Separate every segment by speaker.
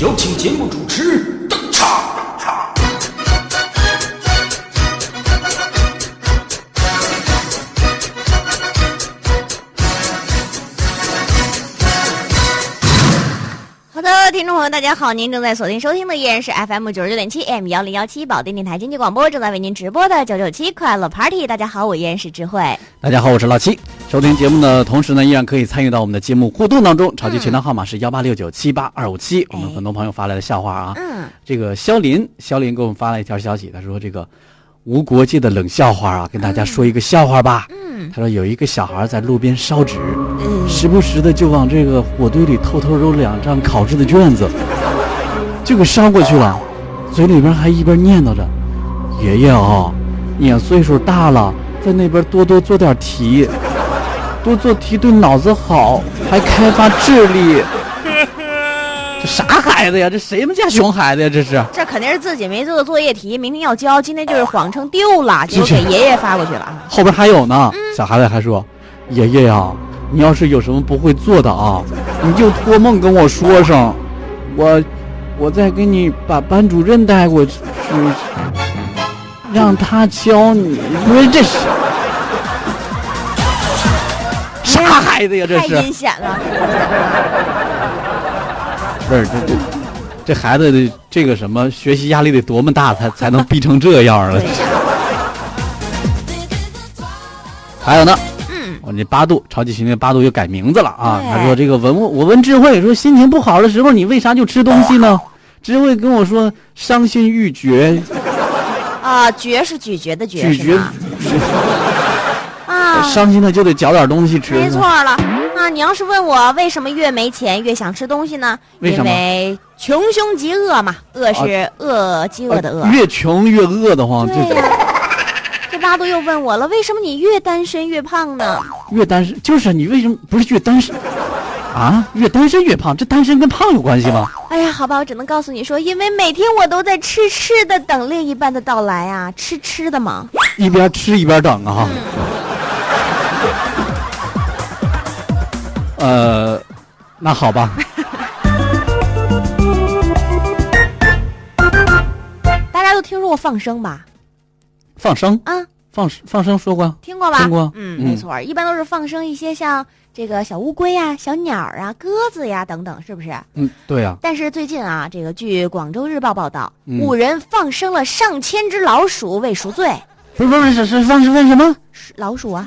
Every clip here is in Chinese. Speaker 1: 有请节目主持登场。
Speaker 2: 好的，听众朋友，大家好，您正在锁定收听的依然是 FM 九十九点七 M 幺零幺七保定电台经济广播，正在为您直播的九九七快乐 Party。大家好，我依然是智慧。
Speaker 3: 大家好，我是老七。收听节目的同时呢，依然可以参与到我们的节目互动当中。超级群的号码是幺八六九七八二五七。我们很多朋友发来的笑话啊，
Speaker 2: 嗯，
Speaker 3: 这个肖林，肖林给我们发了一条消息，他说这个无国界的冷笑话啊，跟大家说一个笑话吧。嗯，他说有一个小孩在路边烧纸，时不时的就往这个火堆里偷偷扔两张考试的卷子，就给烧过去了，嘴里边还一边念叨着：“爷爷啊，你岁数大了，在那边多多做点题，多做题对脑子好，还开发智力。”这啥孩子呀？这谁们家熊孩子呀？这是。
Speaker 2: 这肯定是自己没做的作业题，明天要交，今天就是谎称丢了，结果给爷爷发过去了。
Speaker 3: 后边还有呢，小孩子还说：“爷爷呀、你要是有什么不会做的啊，你就托梦跟我说声，我，我再给你把班主任带过去，让他教你。”不是这是啥孩子呀？这
Speaker 2: 太
Speaker 3: 是
Speaker 2: 阴险了，
Speaker 3: 不是这这这孩子的这个什么学习压力得多么大才才能逼成这样啊？
Speaker 2: 对
Speaker 3: 还有呢，
Speaker 2: 嗯，
Speaker 3: 我这八度超级群的八度又改名字了啊。
Speaker 2: 对
Speaker 3: 他说这个文物，我问智慧说心情不好的时候你为啥就吃东 西呢？智慧跟我说伤心欲绝，
Speaker 2: 啊，绝是咀嚼的嚼，
Speaker 3: 咀
Speaker 2: 是
Speaker 3: 嚼
Speaker 2: 吧？，啊，
Speaker 3: 伤心了就得找点东西吃。
Speaker 2: 没错，了。啊，你要是问我为什么越没钱越想吃东西呢？
Speaker 3: 为
Speaker 2: 因
Speaker 3: 什么啊
Speaker 2: 为穷凶极恶嘛，恶是饿，饥饿的饿。
Speaker 3: 越穷越饿得慌，
Speaker 2: 对
Speaker 3: 这
Speaker 2: 呀、这八度又问我了，为什么你越单身越胖呢？
Speaker 3: 越单身就是你为什么不是越单身啊？越单身越胖，这单身跟胖有关系吗？
Speaker 2: 哎呀，好吧，我只能告诉你说，因为每天我都在痴痴的等另一半的到来啊，痴痴的嘛。
Speaker 3: 一边吃一边等啊。
Speaker 2: 嗯
Speaker 3: 呃，那好吧，
Speaker 2: 大家都听说过放生吧？
Speaker 3: 放生，
Speaker 2: 啊，
Speaker 3: 放放生说过，
Speaker 2: 听过吧？
Speaker 3: 听过
Speaker 2: 嗯，
Speaker 3: 嗯
Speaker 2: 没错儿，一般都是放生一些像这个小乌龟呀、小鸟儿啊、鸽子呀等等，是不是？
Speaker 3: 嗯，对呀、
Speaker 2: 但是最近啊，这个据《广州日报》报道，
Speaker 3: 嗯
Speaker 2: 五人放生了上千只老鼠为赎罪，
Speaker 3: 不是不是是是放是问什么？
Speaker 2: 老鼠啊，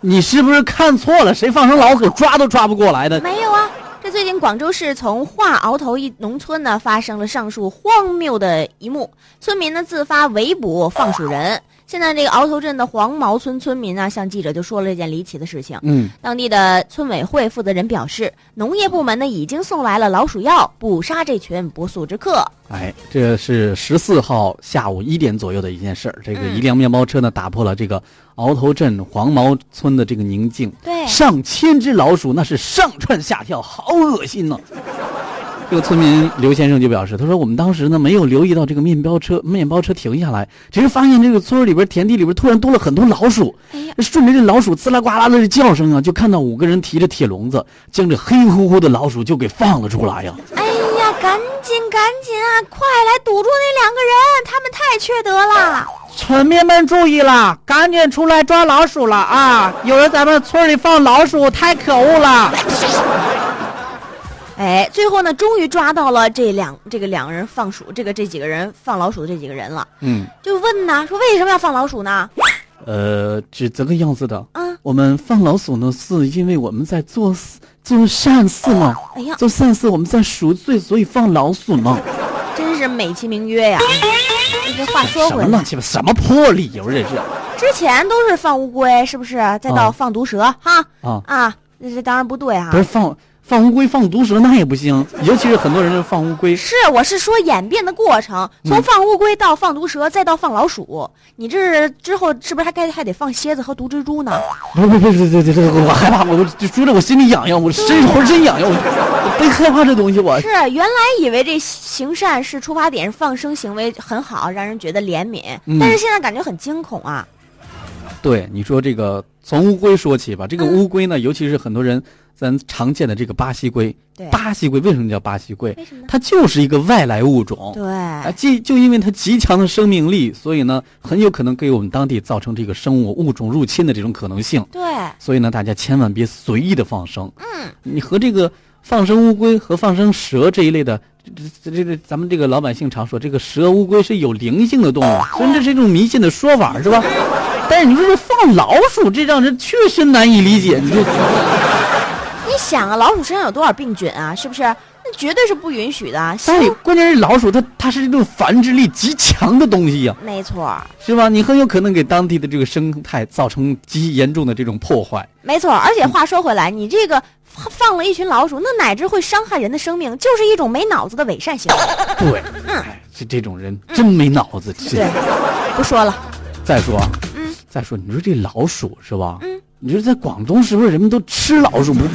Speaker 3: 你是不是看错了？谁放生老鼠抓都抓不过来的？
Speaker 2: 没有啊，这最近广州市从化鳌头一农村呢发生了上述荒谬的一幕，村民呢自发围捕放鼠人。现在这个鳌头镇的黄毛村村民呢向记者就说了这件离奇的事情。
Speaker 3: 嗯，
Speaker 2: 当地的村委会负责人表示，农业部门呢已经送来了老鼠药，捕杀这群不速之客。
Speaker 3: 哎，这是十四号下午一点左右的一件事儿。这个
Speaker 2: 嗯
Speaker 3: 一辆面包车呢，打破了这个鳌头镇黄毛村的这个宁静，
Speaker 2: 对
Speaker 3: 上千只老鼠那是上蹿下跳，好恶心呐、 这个村民刘先生就表示，他说我们当时呢没有留意到这个面包车面包车停下来，只是发现这个村里边田地里边突然多了很多老鼠，
Speaker 2: 哎呀，
Speaker 3: 顺着这老鼠滋啦呱啦的叫声啊，就看到五个人提着铁笼子，将这黑乎乎的老鼠就给放了出来呀、
Speaker 2: 哎呀，赶紧赶紧啊，快来堵住那两个人，他们太缺德了。
Speaker 3: 村民们注意啦，赶紧出来抓老鼠了啊！有人在咱们村里放老鼠，太可恶了。
Speaker 2: 哎，最后呢，终于抓到了这两这个两人放鼠，这个这几个人放老鼠的这几个人了，
Speaker 3: 嗯，
Speaker 2: 就问呐，说为什么要放老鼠呢？
Speaker 3: 呃，是这个样子的。
Speaker 2: 啊，
Speaker 3: 我们放老鼠呢，是因为我们在做事做善事嘛，
Speaker 2: 哎呀，
Speaker 3: 做善事我们在赎罪，所以放老鼠嘛。
Speaker 2: 真是美其名曰呀。这话说啊
Speaker 3: 什
Speaker 2: 回
Speaker 3: 么
Speaker 2: 来
Speaker 3: 乱，七八，什么破理由这是？
Speaker 2: 之前都是放乌龟，是不是？再到
Speaker 3: 啊
Speaker 2: 放毒蛇，哈
Speaker 3: 啊
Speaker 2: 啊，这这当然不对啊
Speaker 3: 不。是放放乌龟、放毒蛇那也不行，尤其是很多人就放乌龟。
Speaker 2: 是，我是说演变的过程，
Speaker 3: 嗯
Speaker 2: 从放乌龟到放毒蛇，再到放老鼠，你这之后是不是还该还得放蝎子和毒蜘蛛呢？
Speaker 3: 不是不是不是不是，这这我害怕，我都就说着我心里痒痒，我身浑身痒痒，我我贼害怕这东西我。
Speaker 2: 是，啊原来以为这行善是出发点是放生行为很好，让人觉得怜悯，
Speaker 3: 嗯
Speaker 2: 但是现在感觉很惊恐啊。嗯
Speaker 3: 对，你说这个从乌龟说起吧，这个乌龟呢，尤其是很多人咱常见的这个巴西龟，
Speaker 2: 对，
Speaker 3: 巴西龟为什么叫巴西龟？
Speaker 2: 为什么呢？
Speaker 3: 它就是一个外来物种。啊，
Speaker 2: 对，
Speaker 3: 既就因为它极强的生命力，所以呢，很有可能给我们当地造成这个生物物种入侵的这种可能性。
Speaker 2: 对，
Speaker 3: 所以呢，大家千万别随意的放生。
Speaker 2: 嗯，
Speaker 3: 你和这个放生乌龟和放生蛇这一类的，这这这咱们这个老百姓常说，这个蛇乌龟是有灵性的动物，虽然这是一种迷信的说法，是吧？但是你说这放老鼠，这让人确实难以理解。你这
Speaker 2: 你想啊，老鼠身上有多少病菌啊？是不是？那绝对是不允许的啊。
Speaker 3: 但是
Speaker 2: 生
Speaker 3: 关键是老鼠它它是一种繁殖力极强的东西呀、
Speaker 2: 没错，
Speaker 3: 是吧？你很有可能给当地的这个生态造成极严重的这种破坏。
Speaker 2: 没错。而且话说回来，你这个放放了一群老鼠，那乃至会伤害人的生命，就是一种没脑子的伪善行为。
Speaker 3: 对，哎，这这种人真没脑子。这
Speaker 2: 对，不说了。
Speaker 3: 再说，啊
Speaker 2: 嗯，
Speaker 3: 再说，你说这老鼠是吧？
Speaker 2: 嗯，
Speaker 3: 你说在广东是不是人们都吃老鼠？不是？